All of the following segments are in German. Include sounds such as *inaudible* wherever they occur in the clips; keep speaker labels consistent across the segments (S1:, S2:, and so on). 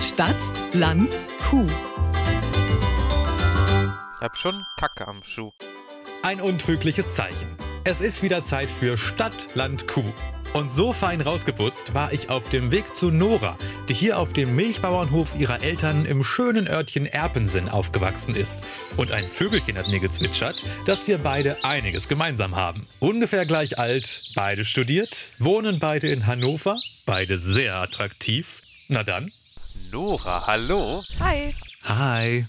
S1: Stadt, Land, Kuh.
S2: Ich hab schon Kacke am Schuh.
S3: Ein untrügliches Zeichen. Es ist wieder Zeit für Stadt, Land, Kuh. Und so fein rausgeputzt war ich auf dem Weg zu Nora, die hier auf dem Milchbauernhof ihrer Eltern im schönen Örtchen Erpensen aufgewachsen ist. Und ein Vögelchen hat mir gezwitschert, dass wir beide einiges gemeinsam haben. Ungefähr gleich alt, beide studiert, wohnen beide in Hannover, beide sehr attraktiv. Na dann.
S2: Nora, hallo?
S4: Hi.
S3: Hi.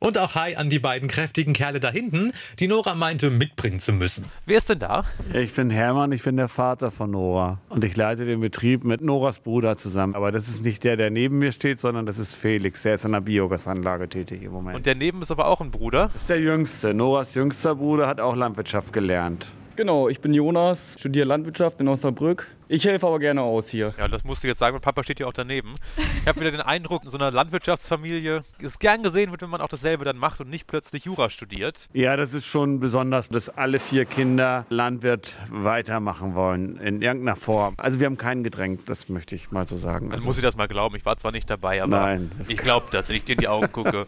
S3: Und auch Hi an die beiden kräftigen Kerle da hinten, die Nora meinte mitbringen zu müssen.
S2: Wer ist denn da?
S5: Ich bin Hermann, ich bin der Vater von Nora. Und ich leite den Betrieb mit Noras Bruder zusammen. Aber das ist nicht der, der neben mir steht, sondern das ist Felix. Der ist an der Biogasanlage tätig im Moment.
S2: Und daneben ist aber auch ein Bruder.
S5: das ist der Jüngste. Noras jüngster Bruder hat auch Landwirtschaft gelernt.
S6: Genau, ich bin Jonas, studiere Landwirtschaft in Osnabrück. Ich helfe aber gerne aus hier.
S2: Ja, das musst du jetzt sagen, mein Papa steht ja auch daneben. Ich habe wieder den Eindruck, in so einer Landwirtschaftsfamilie ist gern gesehen wird, wenn man auch dasselbe dann macht und nicht plötzlich Jura studiert.
S5: Ja, das ist schon besonders, dass alle vier Kinder Landwirt weitermachen wollen. In irgendeiner Form. Also wir haben keinen gedrängt, das möchte ich mal so sagen.
S2: Dann
S5: Also,
S2: muss ich das mal glauben. Ich war zwar nicht dabei, aber
S5: Nein, das
S2: ich glaube das, wenn ich dir in die Augen gucke.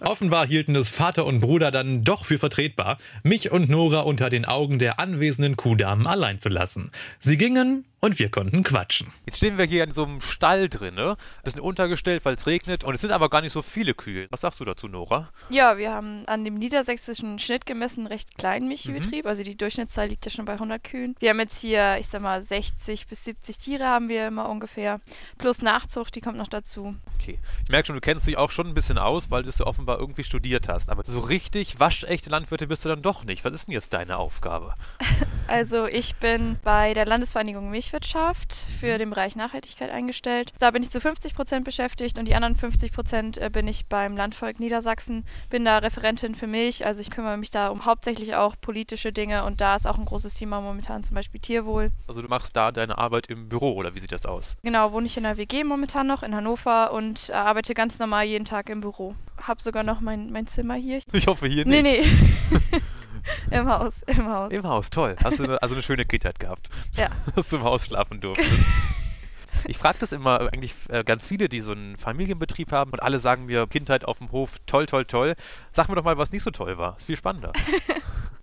S3: Offenbar hielten es Vater und Bruder dann doch für vertretbar, mich und Nora unter den Augen der anwesenden Kuhdamen allein zu lassen. Sie gingen und wir konnten quatschen.
S2: Jetzt stehen wir hier in so einem Stall drin, ne? Bisschen untergestellt, weil es regnet. Und es sind aber gar nicht so viele Kühe. Was sagst du dazu, Nora?
S4: Ja, wir haben an dem niedersächsischen Schnitt gemessen einen recht kleinen Milchviehbetrieb. Also die Durchschnittszahl liegt ja schon bei 100 Kühen. Wir haben jetzt hier, ich sag mal, 60 bis 70 Tiere haben wir immer ungefähr. Plus Nachzucht, die kommt noch dazu.
S2: Okay. Ich merke schon, du kennst dich auch schon ein bisschen aus, weil du es ja offenbar irgendwie studiert hast. Aber so richtig waschechte Landwirte bist du dann doch nicht. Was ist denn jetzt deine Aufgabe?
S4: Also ich bin bei der Landesvereinigung Milchwirtschaft für den Bereich Nachhaltigkeit eingestellt. Da bin ich zu 50 Prozent beschäftigt und die anderen 50 Prozent äh, bin ich beim Landvolk Niedersachsen. Bin da Referentin für Milch, also ich kümmere mich da um hauptsächlich auch politische Dinge und da ist auch ein großes Thema momentan zum Beispiel Tierwohl.
S2: Also du machst da deine Arbeit im Büro oder wie sieht das aus? *laughs*
S4: Genau, wohne ich in der WG momentan noch in Hannover und äh, arbeite ganz normal jeden Tag im Büro. Hab sogar noch mein, mein Zimmer hier.
S2: Ich hoffe hier
S4: Nee,
S2: nicht. *laughs*
S4: nee. Im Haus, im Haus.
S2: Im Haus, toll. Hast du eine, also eine schöne Kindheit gehabt.
S4: *laughs* Ja.
S2: *laughs* Dass du im Haus schlafen durftest. Ich frage das immer eigentlich äh, ganz viele, die so einen Familienbetrieb haben und alle sagen mir Kindheit auf dem Hof, toll, toll, toll. Sag mir doch mal, was nicht so toll war. Ist viel spannender.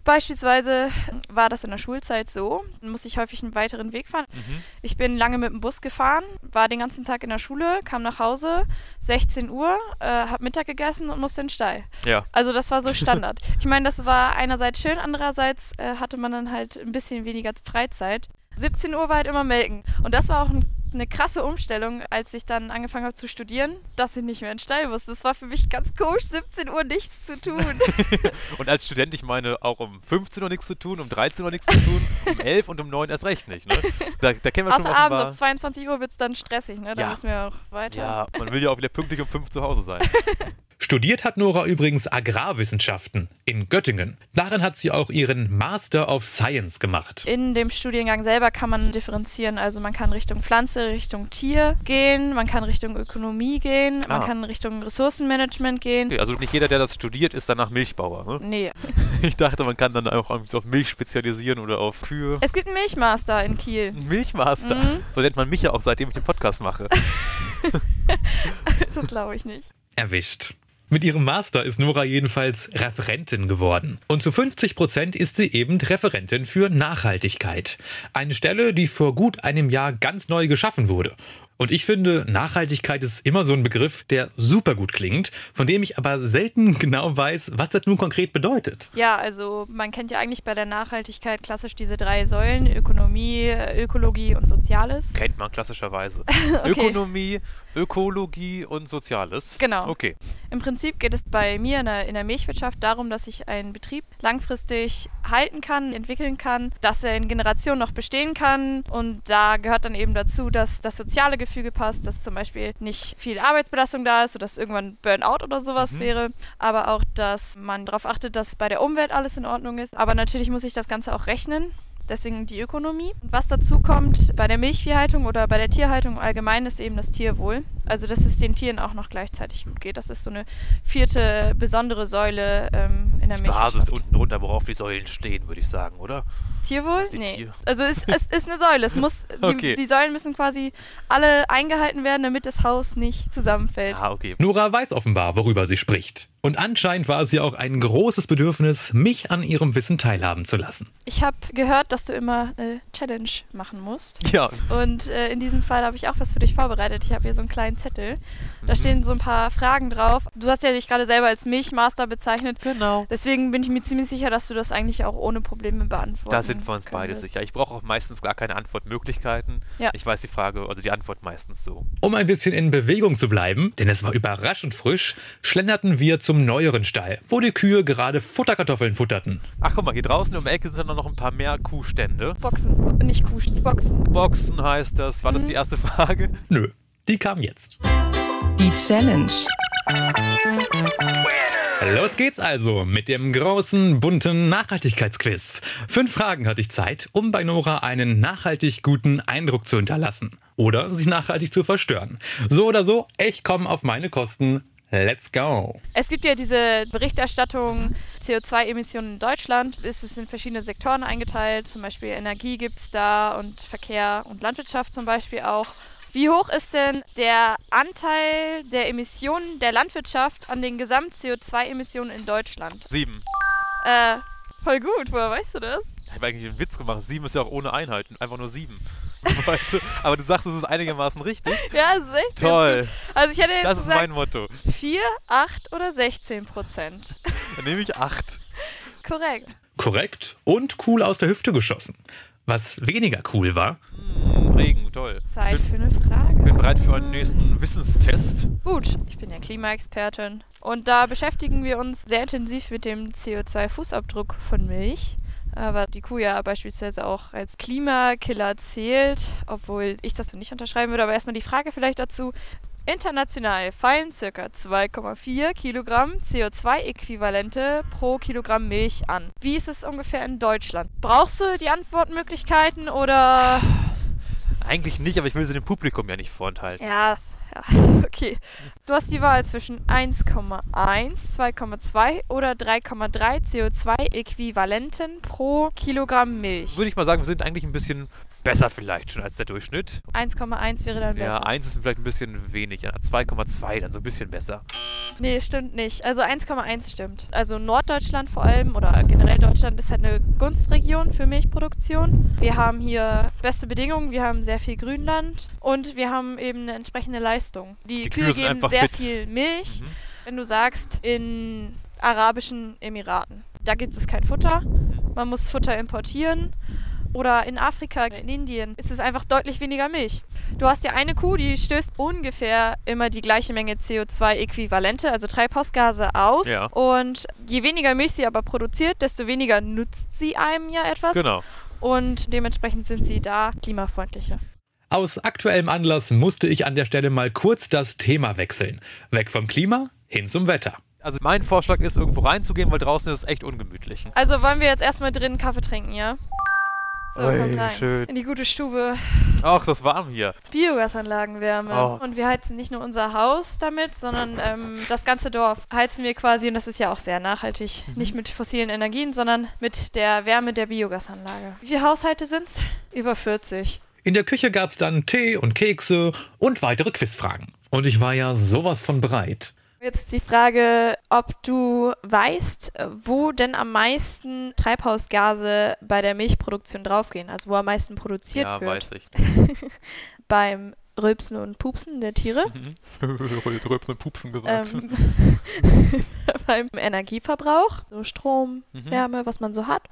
S4: Beispielsweise war das in der Schulzeit so, dann musste ich häufig einen weiteren Weg fahren.
S2: Mhm.
S4: Ich bin lange mit dem Bus gefahren, war den ganzen Tag in der Schule, kam nach Hause, 16 Uhr, äh, hab Mittag gegessen und musste in den Stall.
S2: Ja.
S4: Also das war
S2: *laughs*
S4: so Standard. ich meine, das war einerseits schön, andererseits äh, hatte man dann halt ein bisschen weniger Freizeit. 17 Uhr war halt immer melken. Und das war auch ein, eine krasse Umstellung, als ich dann angefangen habe zu studieren, dass ich nicht mehr in den Stall musste. Das war für mich ganz komisch, 17 Uhr nichts
S2: *laughs*
S4: zu tun.
S2: Und als Student, ich meine, auch um 15 Uhr nichts zu tun, um 13 Uhr nichts zu
S4: *laughs*
S2: tun, um 11 und um 9 erst recht nicht. Ne? Da, da kennen wir schon
S4: Außer abends
S2: offenbar.
S4: ab 22 Uhr wird es dann stressig, ne? Da
S2: Ja.
S4: müssen wir auch weiter.
S2: ja, man will ja auch wieder pünktlich um 5 zu Hause sein.
S4: *laughs*
S3: Studiert hat Nora übrigens Agrarwissenschaften in Göttingen. Darin hat sie auch ihren Master of Science gemacht.
S4: In dem Studiengang selber kann man differenzieren. Also man kann Richtung Pflanze, Richtung Tier gehen, man kann Richtung Ökonomie gehen,
S2: Ah.
S4: man kann Richtung Ressourcenmanagement gehen.
S2: Okay, also nicht jeder, der das studiert, ist danach Milchbauer. Ne?
S4: Nee.
S2: Ich dachte, man kann dann auch irgendwie so auf Milch spezialisieren oder auf Kühe.
S4: Es Mhm. gibt einen Milchmaster in Kiel.
S2: Ein Milchmaster. So nennt man mich ja auch, seitdem ich den Podcast
S4: *laughs*
S2: mache.
S4: Das glaube ich nicht.
S3: Erwischt. Mit ihrem Master ist Nora jedenfalls Referentin geworden. Und zu 50 Prozent ist sie eben Referentin für Nachhaltigkeit. Eine Stelle, die vor gut einem Jahr ganz neu geschaffen wurde. Und ich finde, Nachhaltigkeit ist immer so ein Begriff, der super gut klingt, von dem ich aber selten genau weiß, was das nun konkret bedeutet.
S4: Ja, also man kennt ja eigentlich bei der Nachhaltigkeit klassisch diese drei Säulen, Ökonomie, Ökologie und Soziales.
S2: Kennt man
S4: *laughs*
S2: klassischerweise. Ökonomie, Ökologie und Soziales.
S4: Genau.
S2: Okay.
S4: Im Prinzip geht es bei mir in der, in der Milchwirtschaft darum, dass ich einen Betrieb langfristig halten kann, entwickeln kann, dass er in Generationen noch bestehen kann. Und da gehört dann eben dazu, dass das soziale Gefüge passt, dass zum Beispiel nicht viel Arbeitsbelastung da ist, sodass irgendwann Burnout oder sowas wäre. Aber auch, dass man darauf achtet, dass bei der Umwelt alles in Ordnung ist. Aber natürlich muss ich das Ganze auch rechnen. deswegen die Ökonomie. Und was dazu kommt bei der Milchviehhaltung oder bei der Tierhaltung allgemein ist eben das Tierwohl. Also dass es den Tieren auch noch gleichzeitig gut geht. Das ist so eine vierte besondere Säule ähm, in der Milch.
S2: Basis unten drunter, worauf die Säulen stehen, würde ich sagen, oder?
S4: Tierwohl?
S2: die
S4: Nee.
S2: Tier-
S4: Also es, es ist eine Säule.
S2: *laughs*
S4: Es muss, die,
S2: Okay.
S4: die Säulen müssen quasi alle eingehalten werden, damit das Haus nicht zusammenfällt.
S2: Ah, okay.
S3: Nora weiß offenbar, worüber sie spricht. Und anscheinend war es ihr auch ein großes Bedürfnis, mich an ihrem Wissen teilhaben zu lassen.
S4: Ich habe gehört, dass du immer eine Challenge machen musst.
S2: Ja,
S4: Und äh, in diesem Fall habe ich auch was für dich vorbereitet. Ich habe hier so einen kleinen Zettel.
S2: Mhm.
S4: Da stehen so ein paar Fragen drauf. Du hast ja dich gerade selber als Milchmaster bezeichnet.
S2: genau.
S4: Deswegen bin ich mir ziemlich sicher, dass du das eigentlich auch ohne Probleme beantworten
S2: Da sind wir uns beide
S4: könntest.
S2: sicher. Ich brauche auch meistens gar keine Antwortmöglichkeiten.
S4: Ja.
S2: Ich weiß die Frage, also die Antwort meistens so.
S3: Um ein bisschen in Bewegung zu bleiben, denn es war überraschend frisch, schlenderten wir zum neueren Stall, wo die Kühe gerade Futterkartoffeln futterten.
S2: Ach, guck mal, hier draußen um die Ecke sind dann noch ein paar mehr Kuhstände.
S4: Boxen, nicht Kuschen, Boxen.
S2: Boxen heißt das. War
S4: Mhm.
S2: das die erste Frage?
S3: Nö, die kam jetzt.
S1: Die Challenge.
S3: Los geht's also mit dem großen, bunten Nachhaltigkeitsquiz. Fünf Fragen hatte ich Zeit, um bei Nora einen nachhaltig guten Eindruck zu hinterlassen. Oder sich nachhaltig zu verstören. So oder so, ich komme auf meine Kosten. Let's go.
S4: Es gibt ja diese Berichterstattung CO2-Emissionen in Deutschland. Es ist in verschiedene Sektoren eingeteilt. Zum Beispiel Energie gibt es da und Verkehr und Landwirtschaft zum Beispiel auch. Wie hoch ist denn der Anteil der Emissionen der Landwirtschaft an den Gesamt-CO2-Emissionen in Deutschland?
S2: Sieben.
S4: Äh, voll gut. Woher weißt du das?
S2: Ich habe eigentlich einen Witz gemacht. Sieben ist ja auch ohne Einheiten. Einfach nur sieben. *laughs* Weißt du? Aber du sagst, es ist einigermaßen richtig.
S4: Ja, 16.
S2: Toll.
S4: Also ich hätte jetzt
S2: Das ist mein
S4: gesagt
S2: Motto.
S4: 4, 8 oder 16 Prozent. *laughs*
S2: Dann nehme ich acht.
S4: Korrekt.
S3: Korrekt und cool aus der Hüfte geschossen. Was weniger cool war,
S2: Hm, Regen, toll.
S4: Zeit
S2: Bin,
S4: für eine Frage.
S2: bin bereit für einen nächsten Wissenstest.
S4: Gut, ich bin ja Klimaexpertin und da beschäftigen wir uns sehr intensiv mit dem CO2-Fußabdruck von Milch. Aber die Kuh ja beispielsweise auch als Klimakiller zählt, obwohl ich das noch nicht unterschreiben würde. Aber erstmal die Frage vielleicht dazu. International fallen ca. 2,4 Kilogramm CO2-Äquivalente pro Kilogramm Milch an. Wie ist es ungefähr in Deutschland? Brauchst du die Antwortmöglichkeiten oder...
S2: Eigentlich nicht, aber ich will sie dem Publikum ja nicht vorenthalten.
S4: Ja, das- ja, *laughs* okay. Du hast die Wahl zwischen 1,1, 2,2 oder 3,3 CO2-Äquivalenten pro Kilogramm Milch.
S2: Würde ich mal sagen, wir sind eigentlich ein bisschen besser vielleicht schon als der Durchschnitt.
S4: 1,1 wäre dann
S2: Ja,
S4: besser.
S2: eins ist vielleicht ein bisschen wenig. ja, 2,2 dann so ein bisschen besser.
S4: nee, stimmt nicht. Also 1,1 stimmt. Also Norddeutschland vor allem oder generell Deutschland ist halt eine Gunstregion für Milchproduktion. Wir haben hier beste Bedingungen, wir haben sehr viel Grünland und wir haben eben eine entsprechende Leistung. Die,
S2: Die Kühe
S4: Kühe,
S2: sind
S4: geben
S2: einfach
S4: sehr
S2: fit. Mhm.
S4: viel Milch. Wenn du sagst, in arabischen Emiraten, da gibt es kein Futter, man muss Futter importieren. Oder in Afrika, in Indien, ist es einfach deutlich weniger Milch. Du hast ja eine Kuh, die stößt ungefähr immer die gleiche Menge CO2-Äquivalente, also Treibhausgase, aus.
S2: Ja.
S4: Und je weniger Milch sie aber produziert, desto weniger nutzt sie einem ja etwas.
S2: Genau.
S4: Und dementsprechend sind sie da klimafreundlicher.
S3: Aus aktuellem Anlass musste ich an der Stelle mal kurz das Thema wechseln. Weg vom Klima hin zum Wetter.
S2: Also mein Vorschlag ist, irgendwo reinzugehen, weil draußen ist es echt ungemütlich.
S4: Also wollen wir jetzt erstmal drinnen Kaffee trinken, ja? So, komm
S2: Ui,
S4: rein.
S2: schön.
S4: In die gute Stube.
S2: Ach, ist das warm hier.
S4: Biogasanlagenwärme.
S2: Oh.
S4: Und wir heizen nicht nur unser Haus damit, sondern ähm, das ganze Dorf heizen wir quasi, und das ist ja auch sehr nachhaltig,
S2: Mhm.
S4: nicht mit fossilen Energien, sondern mit der Wärme der Biogasanlage. Wie viele Haushalte sind's? Über 40.
S3: In der Küche gab's dann Tee und Kekse und weitere Quizfragen. Und ich war ja sowas von bereit.
S4: Jetzt die Frage, ob du weißt, wo denn am meisten Treibhausgase bei der Milchproduktion draufgehen, also wo am meisten produziert
S2: ja,
S4: wird.
S2: weiß ich.
S4: Beim Rülpsen und Pupsen
S2: *laughs*
S4: der Tiere.
S2: Rülpsen und Pupsen gesagt.
S4: ähm,
S2: *laughs*
S4: *laughs* beim Energieverbrauch, so Strom,
S2: Mhm.
S4: Wärme, was man so hat,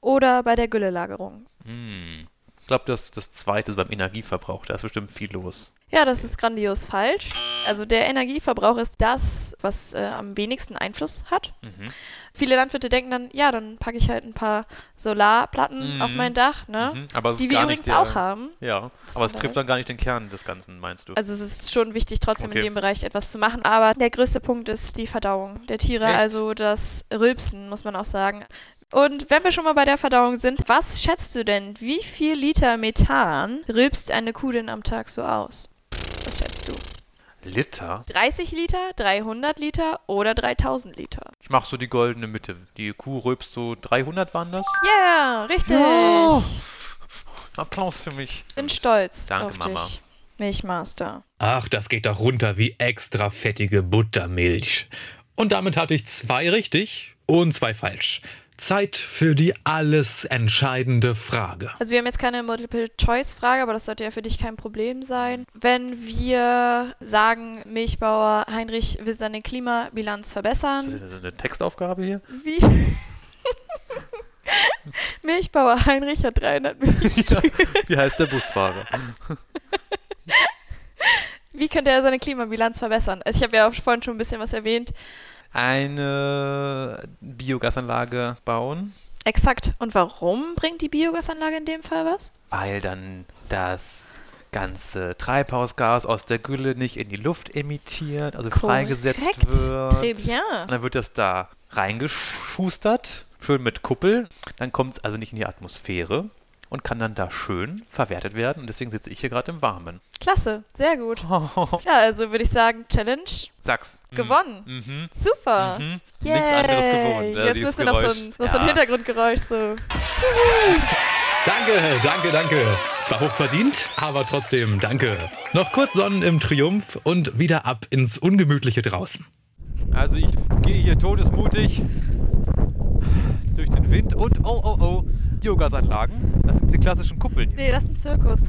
S4: oder bei der Güllelagerung.
S2: Hm. Ich glaube, das, das zweite ist beim Energieverbrauch. Da ist bestimmt viel los.
S4: Ja, das ist grandios falsch. Also der Energieverbrauch ist das, was äh, am wenigsten Einfluss hat.
S2: Mhm.
S4: Viele Landwirte denken dann, ja, dann packe ich halt ein paar Solarplatten
S2: Mhm.
S4: auf mein Dach, ne?
S2: Mhm, aber es ist
S4: die wir
S2: gar
S4: übrigens
S2: nicht der-
S4: auch haben.
S2: Ja,
S4: Das
S2: aber es
S4: andere.
S2: trifft dann gar nicht den Kern des Ganzen, meinst du?
S4: Also es ist schon wichtig, trotzdem in
S2: Okay.
S4: dem Bereich etwas zu machen. Aber der größte Punkt ist die Verdauung der Tiere,
S2: Echt?
S4: also das Rülpsen, muss man auch sagen. Und wenn wir schon mal bei der Verdauung sind, was schätzt du denn, wie viel Liter Methan rülpst eine Kuh denn am Tag so aus? Was schätzt du?
S2: Liter?
S4: 30 Liter, 300 Liter oder 3000 Liter?
S2: Ich mach so die goldene Mitte. Die Kuh rülpst so 300 waren das?
S4: Ja, yeah, richtig.
S2: Ja. Applaus für mich.
S4: Bin stolz
S2: Danke,
S4: auf
S2: Mama.
S4: dich, Milchmaster.
S3: Ach, das geht doch runter wie extra fettige Buttermilch. Und damit hatte ich zwei richtig und zwei falsch. Zeit für die alles entscheidende Frage.
S4: Also wir haben jetzt keine Multiple-Choice-Frage, aber das sollte ja für dich kein Problem sein. Wenn wir sagen, Milchbauer Heinrich will seine Klimabilanz
S2: Das
S4: verbessern,
S2: ist eine Textaufgabe hier.
S4: wie... *laughs* Milchbauer Heinrich hat 300 Milch.
S2: Wie heißt der Busfahrer?
S4: *laughs* Wie könnte er seine Klimabilanz verbessern? Also ich habe ja auch vorhin schon ein bisschen was erwähnt.
S2: Eine Biogasanlage bauen,
S4: Exakt. Und warum bringt die Biogasanlage in dem Fall was?
S2: weil dann das ganze Treibhausgas aus der Gülle nicht in die Luft emittiert, also freigesetzt
S4: Korrekt.
S2: wird.
S4: Très bien.
S2: Und dann wird das da reingeschustert, schön mit Kuppel. Dann kommt es also nicht in die Atmosphäre und kann dann da schön verwertet werden. Und deswegen sitze ich hier gerade im Warmen.
S4: Klasse,
S2: *laughs*
S4: sehr gut. Ja, also würde ich sagen, Challenge
S2: Sag's.
S4: gewonnen.
S2: Mhm.
S4: Super.
S2: Mhm. Nichts
S4: Yay.
S2: anderes gewohnt. äh,
S4: Jetzt
S2: dieses
S4: müsste noch so ein,
S2: Geräusch.
S4: noch so ein
S2: Ja.
S4: Hintergrundgeräusch so.
S3: Danke, danke, danke. Zwar hochverdient, aber trotzdem danke. Noch kurz Sonnen im Triumph und wieder ab ins Ungemütliche draußen.
S2: Also ich gehe hier todesmutig durch den Wind und oh oh oh, Biogasanlagen. Das sind die klassischen Kuppeln.
S4: *laughs* Nee, das ist ein Zirkus.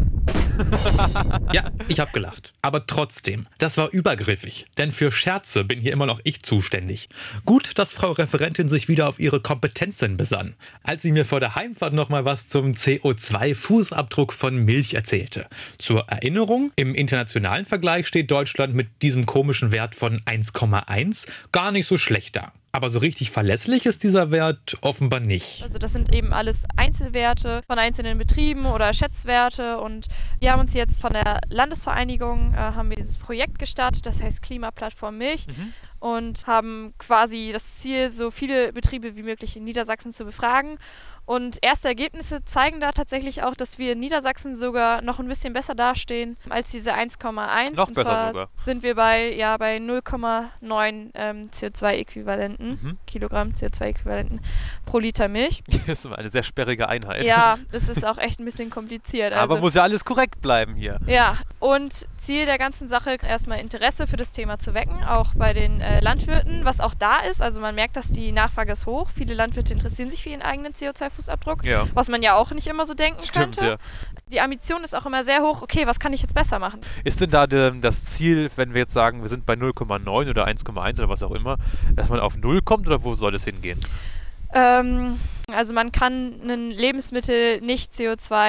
S3: Ja, ich hab gelacht. Aber trotzdem, das war übergriffig. Denn für Scherze bin hier immer noch ich zuständig. Gut, dass Frau Referentin sich wieder auf ihre Kompetenzen besann. Als sie mir vor der Heimfahrt nochmal was zum CO2-Fußabdruck von Milch erzählte. Zur Erinnerung, im internationalen Vergleich steht Deutschland mit diesem komischen Wert von 1,1 gar nicht so schlecht da. Aber so richtig verlässlich ist dieser Wert offenbar nicht.
S4: Also das sind eben alles Einzelwerte von einzelnen Betrieben oder Schätzwerte und wir haben uns jetzt von der Landesvereinigung äh, haben wir dieses Projekt gestartet, das heißt Klimaplattform Milch
S2: Mhm.
S4: und haben quasi das Ziel, so viele Betriebe wie möglich in Niedersachsen zu befragen. Und erste Ergebnisse zeigen da tatsächlich auch, dass wir in Niedersachsen sogar noch ein bisschen besser dastehen als diese 1,1.
S2: Noch
S4: Und
S2: besser
S4: zwar
S2: sogar.
S4: sind wir bei, ja, bei 0,9 ähm, CO2-Äquivalenten,
S2: Mhm.
S4: Kilogramm CO2-Äquivalenten pro Liter Milch.
S2: Das ist immer eine sehr sperrige Einheit.
S4: Ja, das ist auch echt ein bisschen kompliziert. Also,
S2: Aber muss ja alles korrekt bleiben hier.
S4: ja, und Ziel der ganzen Sache erstmal Interesse für das Thema zu wecken, auch bei den äh, Landwirten, was auch da ist. Also man merkt, dass die Nachfrage ist hoch. Viele Landwirte interessieren sich für ihren eigenen CO2-Fußabdruck,
S2: Ja.
S4: was man ja auch nicht immer so denken
S2: Stimmt,
S4: könnte.
S2: ja.
S4: Die Ambition ist auch immer sehr hoch. Okay, was kann ich jetzt besser machen?
S2: Ist denn da denn das Ziel, wenn wir jetzt sagen, wir sind bei 0,9 oder 1,1 oder was auch immer, dass man auf 0 kommt oder wo soll es hingehen?
S4: Ähm, also man kann ein Lebensmittel nicht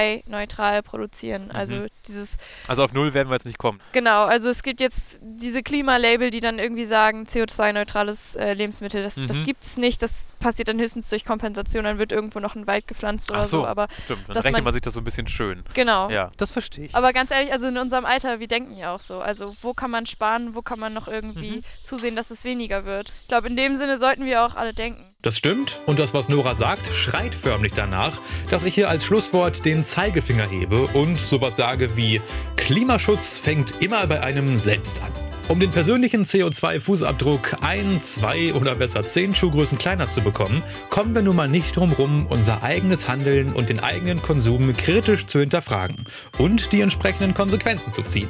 S4: CO2-neutral
S2: Mhm.
S4: produzieren. Also dieses
S2: Also auf 0 werden wir jetzt nicht kommen.
S4: Genau, also es gibt jetzt diese Klimalabel, die dann irgendwie sagen, CO2-neutrales äh, Lebensmittel, das, das
S2: Mhm.
S4: gibt es nicht, das passiert dann höchstens durch Kompensation, dann wird irgendwo noch ein Wald gepflanzt oder
S2: Ach so,
S4: so, Also, aber
S2: Stimmt, dann
S4: dass
S2: rechnet
S4: man-
S2: man sich das so ein bisschen schön.
S4: genau.
S2: Ja, das verstehe ich.
S4: Aber ganz ehrlich, also in unserem Alter, wir denken ja auch so. Also wo kann man sparen, wo kann man noch irgendwie
S2: Mhm.
S4: zusehen, dass es weniger wird. Ich glaube, in dem Sinne sollten wir auch alle denken.
S3: Das stimmt und das, was Nora sagt, schreit förmlich danach, dass ich hier als Schlusswort den Zeigefinger hebe und sowas sage wie Klimaschutz fängt immer bei einem selbst an. Um den persönlichen CO2-Fußabdruck ein, zwei oder besser zehn Schuhgrößen kleiner zu bekommen, kommen wir nun mal nicht drum rum, unser eigenes Handeln und den eigenen Konsum kritisch zu hinterfragen und die entsprechenden Konsequenzen zu ziehen.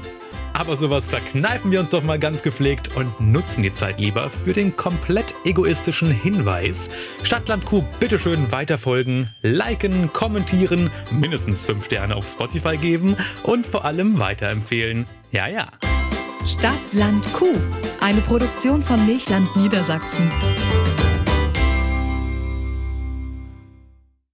S3: Aber sowas verkneifen wir uns doch mal ganz gepflegt und nutzen die Zeit lieber für den komplett egoistischen Hinweis. Stadtland Q bitteschön weiterfolgen, liken, kommentieren, mindestens 5 Sterne auf Spotify geben und vor allem weiterempfehlen. Ja, ja.
S1: Stadt, Land, Kuh. Eine Produktion von Milchland Niedersachsen.